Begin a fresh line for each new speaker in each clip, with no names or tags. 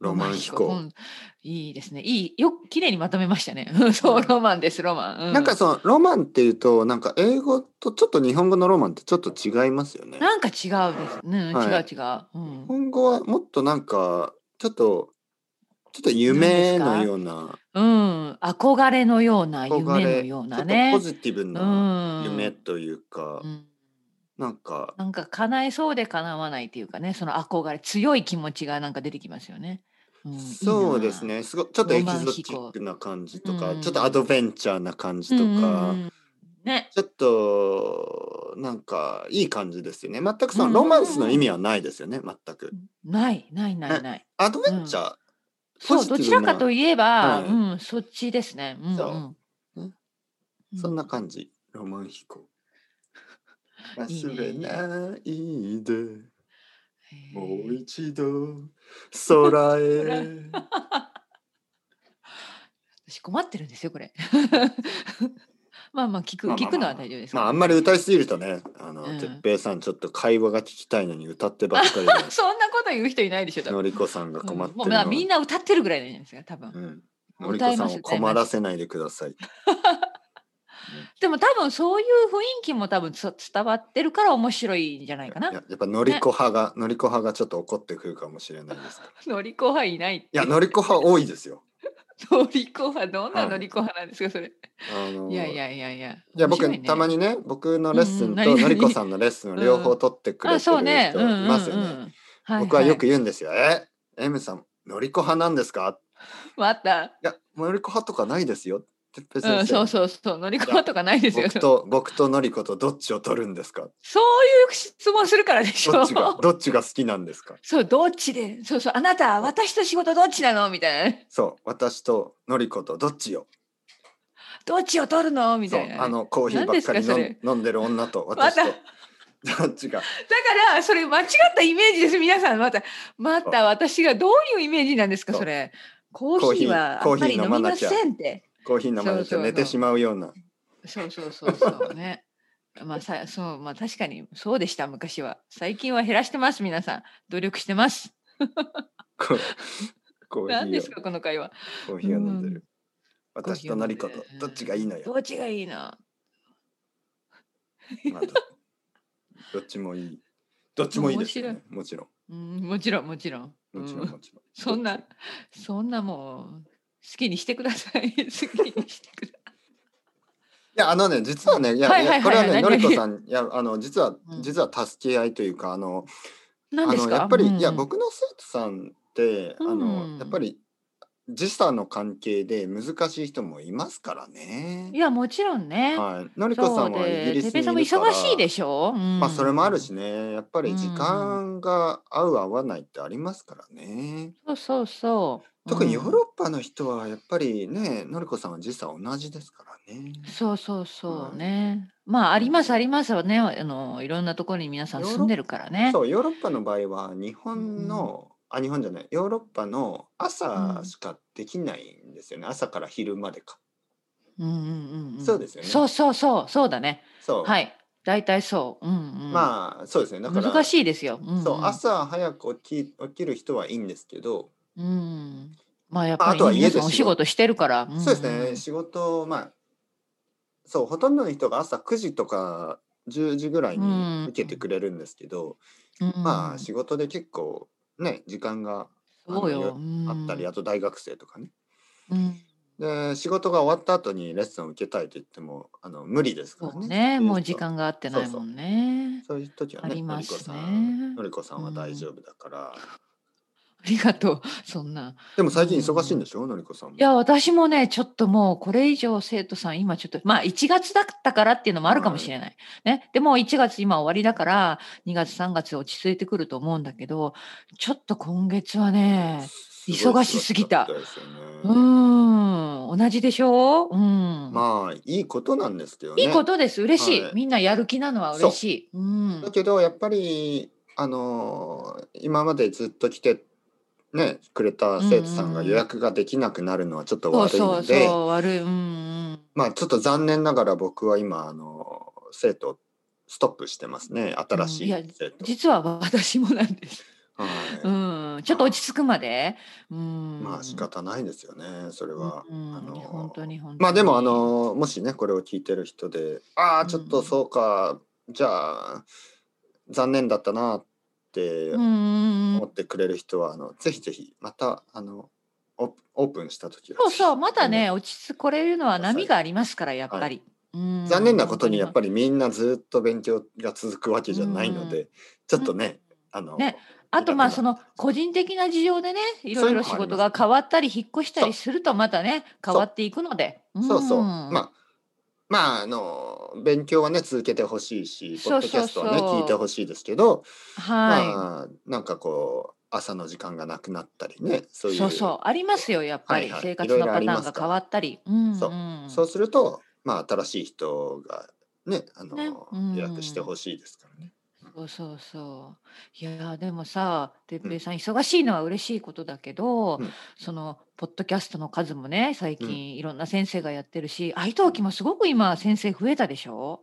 ロマン飛
う
行。
んいいですね。いい、よく、綺麗にまとめましたね。うんそう、ロマンです、ロマン。う
なんかそのロマンっていうとなんか英語とちょっと日本語のロマンってちょっと違いますよね。
なんか違うです。ね、
はい
違う違う。うん
日本語はもっとなんかちょっとちょっと夢のような
うん、憧れのような夢
憧
の
れ
よう
ちょ
な
っとポ
ね。
ジティブ
う、
なん夢というか、
うん
なんか
なんか叶えそうで叶わないっていうかね、その憧れ強い気持ちがなんか出てきますよね。うん
そうです。ねすごちょっとエキゾチ
ロマン飛
ックな感じとか、
うん
ちょっとアドベンチャーな感じ
いい
と
な
か、
うんうんうんね、
ちょっとなんかいい感じですよね全くそ
うん
のロマンスの意味はないですよね全く
ないないないない。
アドベンチャー、
そ
ポ
う
ジテ
どち
ィブ
ら
な
かといえば、
はい
うんそっちですね。うん
そ
うん
ねそんな
じ。
感じロマン飛行
いいね
忘れないで
へー
もう一度 空へ
私困ってるんですよこれ。 まあまあ聞く
まあまあまあ
聞くのは大丈夫です。
まああんまり歌いすぎるとねあの
うん
哲平さんちょっと会話が聞きたいのに歌ってばっかり で
そんなこと言う人いないでしょ。多分
のりこさんが困って
もう
るの
ま
は
あみんな歌ってるぐらいなんですか多分、
うん
も
の
う
り
歌
こ
い
さ
ま
ん
す
を困らせないでください
でも多分そういう雰囲気も多分つ伝わってるから面白いんじゃないか
い
な
ややっぱのりこ派が、のりこ派がちょっと怒ってくるかもしれないですから。
乗り子はいないって
いや、のりこ派多いですよ。
乗り子はどんな
はい
乗り子派なんですかそれ、
あの
い、やいやいやいや
いや僕、
面白いね
たまにね僕のレッスン
うんう
と
ん
のりこさんのレッスンを両方取ってくれて
あ
る
そ
人
う
い
ねうんうんうん
ますよね。僕はよく言うんですよ。え M さんのりこ派なんですか
また、
いやのりこ派とかないですよ。てっぺい先生
うん、そうそうそう乗り子とかないですよ
僕
そう
と僕とのりことどっちを取るんですか
いう質問するからでし
ど
ょ
っちがどっちが好きなんですか
そうどっちでそうそうあなた私と仕事どっちなのみたいな
そう私とのりことどっちよ
どっちを取るのみ
そ
た
う
いなね、
あのコーヒーばっか
何
り
ですかそ
飲ん
れ
飲んでる女と私と
ま
どっちが
だからそれ間違ったイメージです皆さんまたまた私がどういうイメージなんですか
そう
それコーヒーは
コ
あ
ー
ん
ヒー
まり
コーヒー飲
飲
ま
み
な
ま
きゃ
せんって
コーヒー飲まれ
そう
て
そう
寝てしまうような
そうそうそうそうね まあさそうまあ確かにそうでした昔は最近は減らしてます皆さん努力してます
コーコー
何
ヒ
で
ー
す
を
かこの会話
コーヒーを飲んでる
コー
私
ヒーを飲
と
ん
の
で
り
る
ことどっちがいいの
ど
よ
っちがいいな
まあどどっちもいいどっちもいいですよねもちろん
うんもちろんもちろん
もちろ
うんん
もちろん
そん
ど
な
っち
そんなもう好きにしてください 好きにしてください
いやあのね実はねいや
はい
い
はいはい
やこれは
何
ねのりこさんいやあの実は
うん
実は助け合いというかあの
何
あ
です
の
か
やっぱり、いや
うん
僕の生徒さんって、あ
うん
のやっぱり時差の関係で難しい人もいますからね
い。やもちろんね、
はい、のりこさ
そうん
はイギ
で、て
リス
っぺいさんも
にいるから
忙しいでしょ。うん
まあそれもある。しねやっぱり時間が合う合わないってありますからね。
そうそうそう。
特に
う
ヨ
ん
ーロッパの人はやっぱりねのりこさんは時差同じですからね。
そうそうそう
はい
ね。まあありますありますわね。あのいろんなところに皆さん住んでるからね。
そうヨーロッパの場合は日本の、あ日本じゃないヨーロッパの朝しかできないんですよね、朝から昼までか。
うんうんうんうん。
そうですよね
そうそうそうそうだね。
そう、
はい。大体そう。うんうん。
まあそうですねだから
難しいですよ。うんん
そう。朝早く起き起きる人はいいんですけど、
うん。まあやっ
ま
ぱ
ああとは
り
家
皆
で
さんお仕事してるから。んん
そうですね仕事をまあそうほとんどの人が朝9時とか10時ぐらい
うん
に受けてくれるんですけど、
うん
まあ仕事で結構ね時間があの
そう
よ
よ。うん
あったり、あと大学生とかね
うん
で仕事が終わった後にレッスンを受けたいと言ってもあの無理ですか
そ
ら
う
ね
ね。もう
ってい
時
人は
間が合ってないもんね。
そういう時は
あ
ね
り
の
ま
りこ
す
さ
ね
んのりこさんは大丈夫だから、
ありがとう。そんな。
でも最近忙しいんでしょのりこさんも
いや、私もね、ちょっともうこれ以上生徒さん、今ちょっと、まあ1月だったからっていうのもあるかもしれない。ね。でも1月今終わりだから、2月3月落ち着いてくると思うんだけど、ちょっと今月はね、忙しすぎた
ごい忙しかったです
う
よね
ーん、同じでしょううん。
まあいいことなんですけどね。
いいことです。嬉しい。
はい
みんなやる気なのは嬉しい。うん
だ。けどやっぱりあのー今までずっと来てねくれた生徒さんが
うんうんうん
予約ができなくなるのはちょっと
そう
悪い
そ
の
う
で、
そう、悪い。うんうん。
まあちょっと残念ながら僕は今あのー生徒ストップしてますね新しい
うんいや
生徒。
実は私もなんです。
は
う
い
ん、ちょっと落ち着くまで。うん、
まあ仕方ないですよねそれは。
うん
あの
本当に本当に
まあでもあのもしねこれを聞いてる人で「ああちょっ
う
と
ん
そうか、じゃあ残念だったな」って
うんうんう
思
ん
ってくれる人はあのぜひぜひまたあのオープンオープンした時は
そうそうまたね落ち着これるのは波がありますからやっぱり、うん
残念なことにやっぱりみんなずっと勉強が続くわけじゃないので、ちょっとね、あの、
ねあとまあ
選
そ
べな
の個人的な事情でねいろいろ仕事が変わったり引っ越したりするとまたね変わっていくので
そうそう、
ん
まあまああの勉強はね続けてほしいしポ
そ
ッ
う
ド
そう
キ
そう
ャストはね聞いてほしいですけど、
はい、
まあなんかこう朝の時間がなくなったりねそういう
そうそうありますよやっぱり、
はいはい
生活のパターンが変わったりうん
そう
うん
そうするとまあ新しい人がねあの
ねうん
予約してほしいですからね。
そうそうそういやーでもさ哲平さん忙しいのは嬉しいことだけど、
うん
そのポッドキャストの数もね最近いろんな先生がやってるし愛登記もすごく今先生増えたでしょ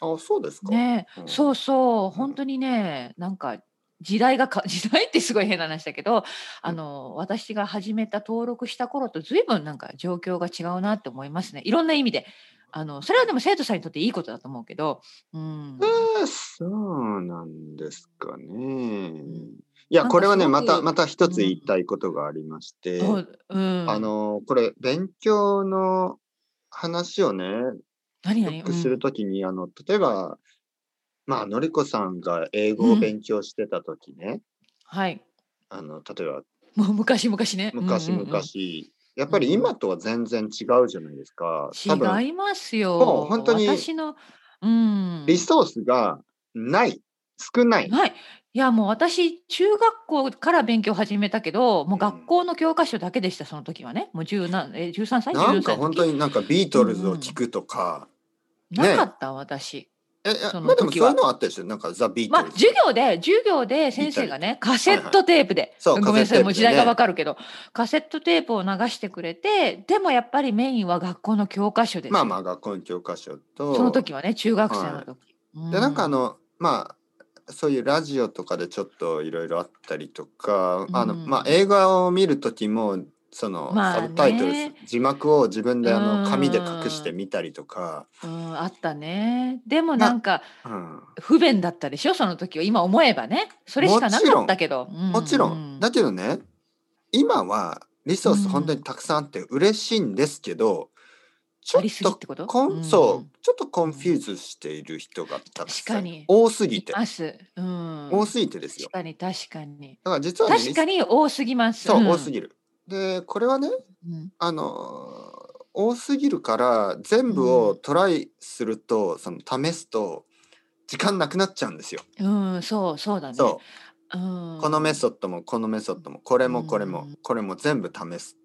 あそうですか。
ね、
うん
そうそう本当にねなんか時代がか 時代ってすごい変な話だけどあの私が始めた登録した頃と随分なんか状況が違うなって思いますねいろんな意味であのそれはでも生徒さんにとっていいことだと思うけどうん
えーそうなんですかね。
ん
いや
なんか
これはね
すご
ま
く
たまた一つ言いたいことがありまして、
どううん
あのこれ勉強の話をね
何
よ
々
くするときに、あの例えばまあのりこさんが英語を勉強してたときね、
はい。
あの例えば
もう昔々ね。
昔
うんうんう
々、
ん
やっぱり今とは全然違うじゃないですか。多分
違います
も
よ
う。本当に
私の。うん。
リソースがない少ない。
はい。いやもう私中学校から勉強始めたけど、もう学校の教科書だけでしたその時はね。もう十何え十三歳
な
14
ん
歳
か
の
本
時
当になんかビートルズを聞くとか、ね
なかった私。
ええ
その
まあでも
時
そう
は
いうのはあったでしょなんかザ・ビー
ま
ト
あ
ルズ。
授業で授業で先生がねカセットテープで、
そう
ごめんなさいも
カ
う時
セットテープでね
代がわかるけどカセットテープを流してくれてでもやっぱりメインは学校の教科書です。
まあまあ学校の教科書と。
その時はね中学生の時。
でなんかあ
うん
のまあそういうラジオとかでちょっといろいろあったりとか、あの
うん
まあ映画を見る時もその
まあ
サ
ね
ブタイトル、字幕を自分であの紙で隠して
う
みたりとか、
うん、あったね。でも
な
なんか
うん、
不便だったでしょ、その時は。今思えばね。それしかなかったけど。
もちろ
うん
だけどね今はリソース本当にたくさんあって嬉しいんですけど、ちょ
あ
っ
りすぎっ
と
てこと
こん、
うん
そうちょっとコンフューズしている人がたく
確
さ
か
ん
に
多すぎて
います。うん。
多すぎてですよ
確かに確かに。
だから実はね
確かに多すぎます。
そう、多す
ぎ。
ぎるでこれはね
うん
あのー多すぎるから全部をトライすると、その試すと時間なくなっちゃうんですよ。
うん、そうそうだね。。
そう
ん、
このメソッドもこのメソッドもこれもこれも
うん
これも全部試す。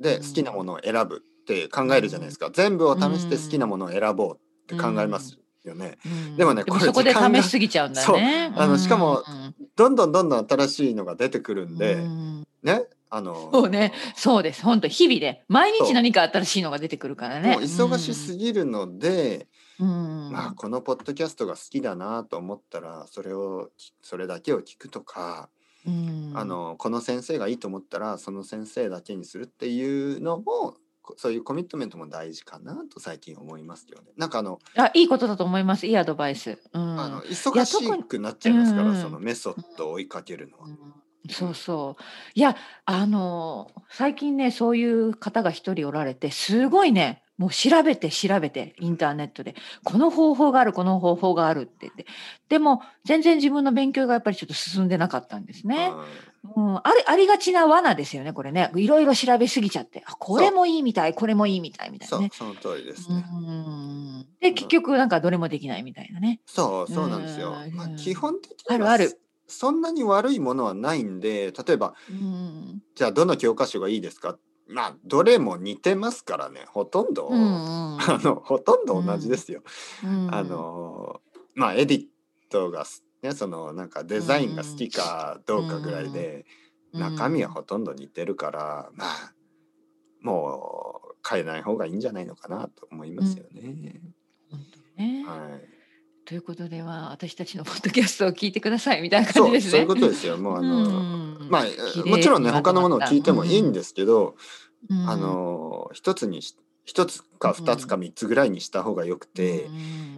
で
うん
好きなものを選ぶって考えるじゃないですか。全部を試して好きなものを選ぼうって考えますよね。
うん
でもねこれ
そこで
時間が
試しすぎちゃうんだよね。
そうあのしか
う
も
ん
どんどんどんどん新しいのが出てくるんで、
うん
ねあのー
そうね、そうです。本当日々で、毎日何か新しいのが出てくるからね。
もう忙しすぎるので、
うん。
まあこのポッドキャストが好きだなと思ったらそれをきそれだけを聞くとか、
うん
あのこの先生がいいと思ったらその先生だけにするっていうのもこそういうコミットメントも大事かなと最近思いますよね。なんかあの,、
あいいことだと思いますいいアドバイス、うん、
あの忙しくなっちゃいますか
いや
ら、
特にうんうん
そのメソッドを追いかけるのは。
うんそうそういやあの最近ねそういう方が一人おられてすごいねもう調べて調べてインターネットでこの方法があるこの方法があるって言ってでも全然自分の勉強がやっぱりちょっと進んでなかったんですね、
うん
うん、ありありがちな罠ですよねこれねいろいろ調べすぎちゃってあこれもいいみたいこれもいいみたいみたい
そ
な
う、
ね
その通りです
う
ね。
んで結局なんかどれもできないみたいなね
そうそうなんですよ。
うん
まあ
うん
基本的には
あるある
そんなに悪いものはないんで例えば
うん
じゃあどの教科書がいいですかまあどれも似てますからねほとんど、
うん
あ
うん
のほとんど同じですよ。
うん
あのまあエディットがすねそのなんかデザインが好きかどうかぐらいで、中身はほとんど似てるから、まあもう変えない方がいいんじゃないのかなと思いますよ ね。
うん本当ね
はい
ということでは私たちのポッドキャストを聞いてくださいみたいな感
そ
じで
う
すね。
そういうことですよもうあの、
うん
まあえ
綺麗
もちろんね
にまと
他のものを
まった
聞いてもいいんですけど、
うん
あの一つにし一つ
う
か
ん
二つか三つぐらいにした方がよくて、
うん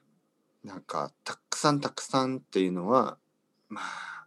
なんかたくさんたくさんっていうのはまあ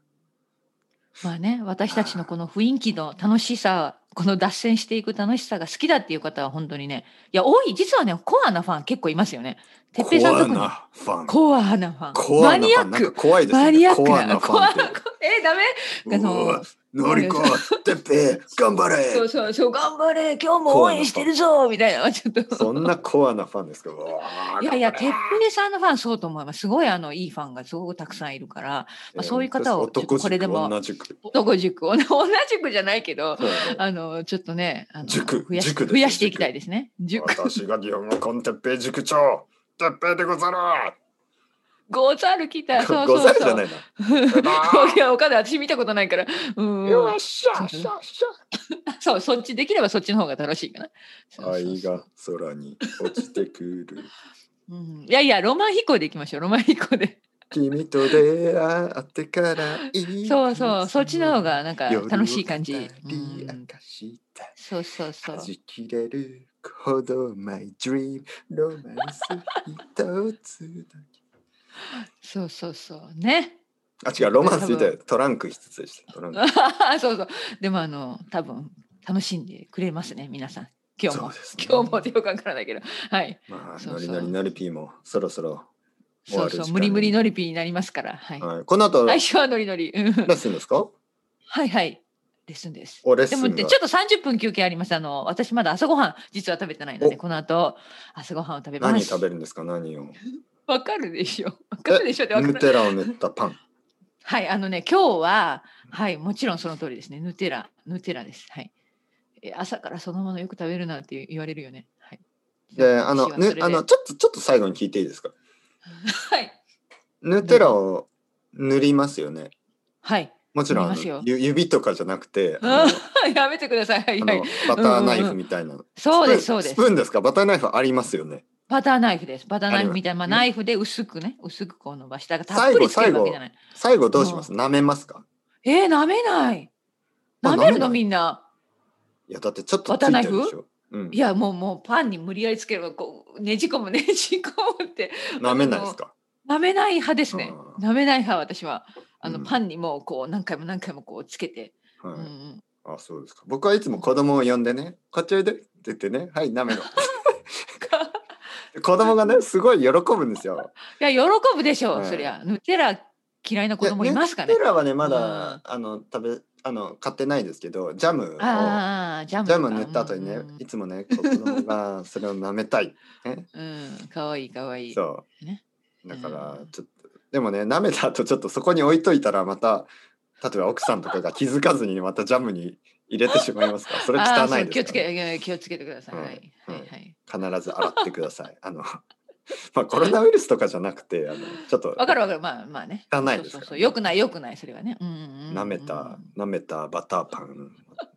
まあね私たちのこの雰囲気の楽しさこの脱線していく楽しさが好きだっていう方は本当にねいや多い実はねコアなファン結構いますよね。てっ
コ
ぺいさん
ア
とこに
なファン
コアなファン
コア
マ
な
ニ
フ
ア
ァン
ッ
なんか
ク
怖いです
マ
ね
ニアック
コアなファンって
えダメあ
う
の
わのりこてっぺい頑張
そう
れ
そうそう頑張れ今日も応援してるぞみたいなちょっと
そんなコアなファンですかうわ
いやいや、
頑
てっぺいさんのファンそうと思います。すごいあのいいファンがすごくたくさんいるから、まあ
張れ
そういう方をちょっと
男
これで
塾
も
女塾
男塾、女塾じゃないけど、
そう
あのちょっとね、あの
塾
増やし
塾です
増やしていきたいですね。塾、
私が日本語コンテッペイ塾長てっぺいでござる
ゴーザル来た、そう
ご
そ
ざ
う
るじ
そ
ゃな
う。
い な
いや、岡田、私見たことないから、うん、
よっしゃ
そう
よっしゃよっし
そう、そっちできればそっちの方が楽しいかな。そうそうそ
ゃ
う
愛が空に落ちてく る
うん、いやいや、ロマン飛行でいきましょう、ロマン飛行で。
君と出会ってからいい
そうそう、そっちの方がなんか楽しい感じ。う
リア
ん、
かした
そうそうそう
弾。きれるほど My Dream ロマンス一つだけ
そうそうそう。ね。
あ違うロマンスみたいなトランク一つでしたトランク
そうそう。でもあの多分楽しんでくれますね皆さん。今日も、
そうですね
今日もってよくわからないけど、はい。
まあ
そ
ノ
うそう
リノリノリピーもそろそろ終わ
そ
る
う
時
そう
間
無理無理ノリピーになりますから、はい。
はいこの後レ
来
ッ
週はノリノリ。うん
スンですか
はいはい。レッスンです。
おレッス
で
ン
も
が
ってちょっと30分休憩あります。あの私まだ朝ごはん実は食べてないので
お
この後朝ごはんを食べます。
何食べるんですか何を
わかるでしょ。わかるでしょってわか
ヌ
る。
テラを塗ったパン
はいあのね今日ははいもちろんその通りですね。ヌテラヌテラです。はい。え朝からそのものよく食べるなって言われるよね。はい。
であの
私はそ
ぬ
れで
あのちょっとちょっと最後に聞いていいですか
はい。
ヌテラを塗りますよね
はい。
もちろんあ
塗りますよ
のゆ指とかじゃなくてあ の
うんやめてください。はい
あ
は
の
い。
バターナイフみたいなの
そうです、
ス
そう
プーン
で
スプ
す。
ーンですかバターナイフありますよね
バターナイフです。バターナイフみたいな、ま
あ
あ、
ります
ナイフで薄くね、薄くこう伸ばしたがたっぷりつけるわけじゃない。
最後どうします舐めますか
えー、舐めない。
あ
舐める
舐め
の
ない
みんな。
いやだってちょっとついてるでしょ、うん
い、や、もう、もうパンに無理やりつければ、こうねじ込む、ねじ込むって。
舐めないですか
舐めない派ですね。
あ
舐めない派、私は。あの、
うん
パンにもう、こう、何回も何回もこうつけて。
はい、
うん うん
あそうですか僕はいつも子供を呼んでね「こっちおいで」って言ってね「はい舐めろ」子供がねすごい喜ぶんですよ。
いや、喜ぶでしょう、
はい
そりゃ。ヌテラ嫌いな子供いますかね
テ。ラはねま
う
だ
ん
あの食べあの買ってないですけどジャムをジ
ああ、ジャムとか。
ャムを塗った後にね
うん
いつもね子供がそれを舐めたい。ね、
うん、かわいいかわ いい。
そ
ね
うだから
うん
ちょっとでもね舐めた後ちょっとそこに置いといたらまた例えば奥さんとかが気づかずにまたジャムに入れてしまいますからそ れ
あ
汚
あそう
い
気
で
を
す
つ
から、
けいや気をつけてください。
うん
はい
うん
はいはい。
必ず洗ってください。あの まあコロナウイルスとかじゃなくてあのちょっと
わかるわかる。まあまあね。
汚いです
そうそ
から
うそう。よくないよくないそれはね。うんうんうん。
舐めた舐めたバターパン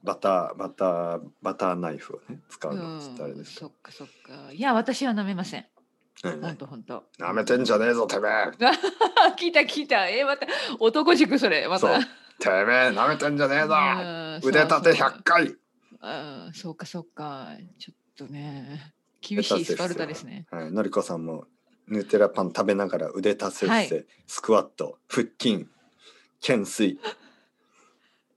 バターバターバターナイフをね使
う。
うんのはちょっとあれですけ
そ
ど
っかそっか。いや私は舐めません。
はいは
本
い
当本当。
舐めてんじゃねえぞてめえ
あ 聞いた聞いた。えー、また男塾それま
そう
た。
てめえ舐めてんじゃねえぞ
うん
腕立て
そう
100回
そううんそうかそうか。ちょっとね厳
腕
しい
立て伏せ
スパルタですね。
はいのりこさんもヌテラパン食べながら腕立て伏せ、
は
スクワット腹筋懸垂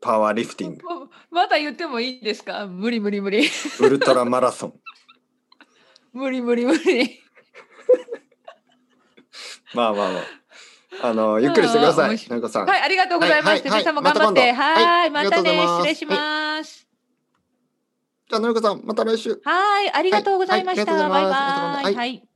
パワーリフティング
もうまた言ってもいいですか。無理無理無理
ウルトラマラソン
無理無理無理。
まあまあまああのゆっくりしてくだ
あー
さ
面
い
白い
のりこさん
はい、ありがとうございま
は
す。
い
て
はい
めさんも
はい
頑張って。
また今度
はーい、
はい
またね、
ありがとうご
失
ざいます
礼します。
じゃあのりこさんまた来週
はーい、ありがとうございました。
は
バ
いは
イ
いありがとうございますまた今度
バ
は
イ。
い
はい。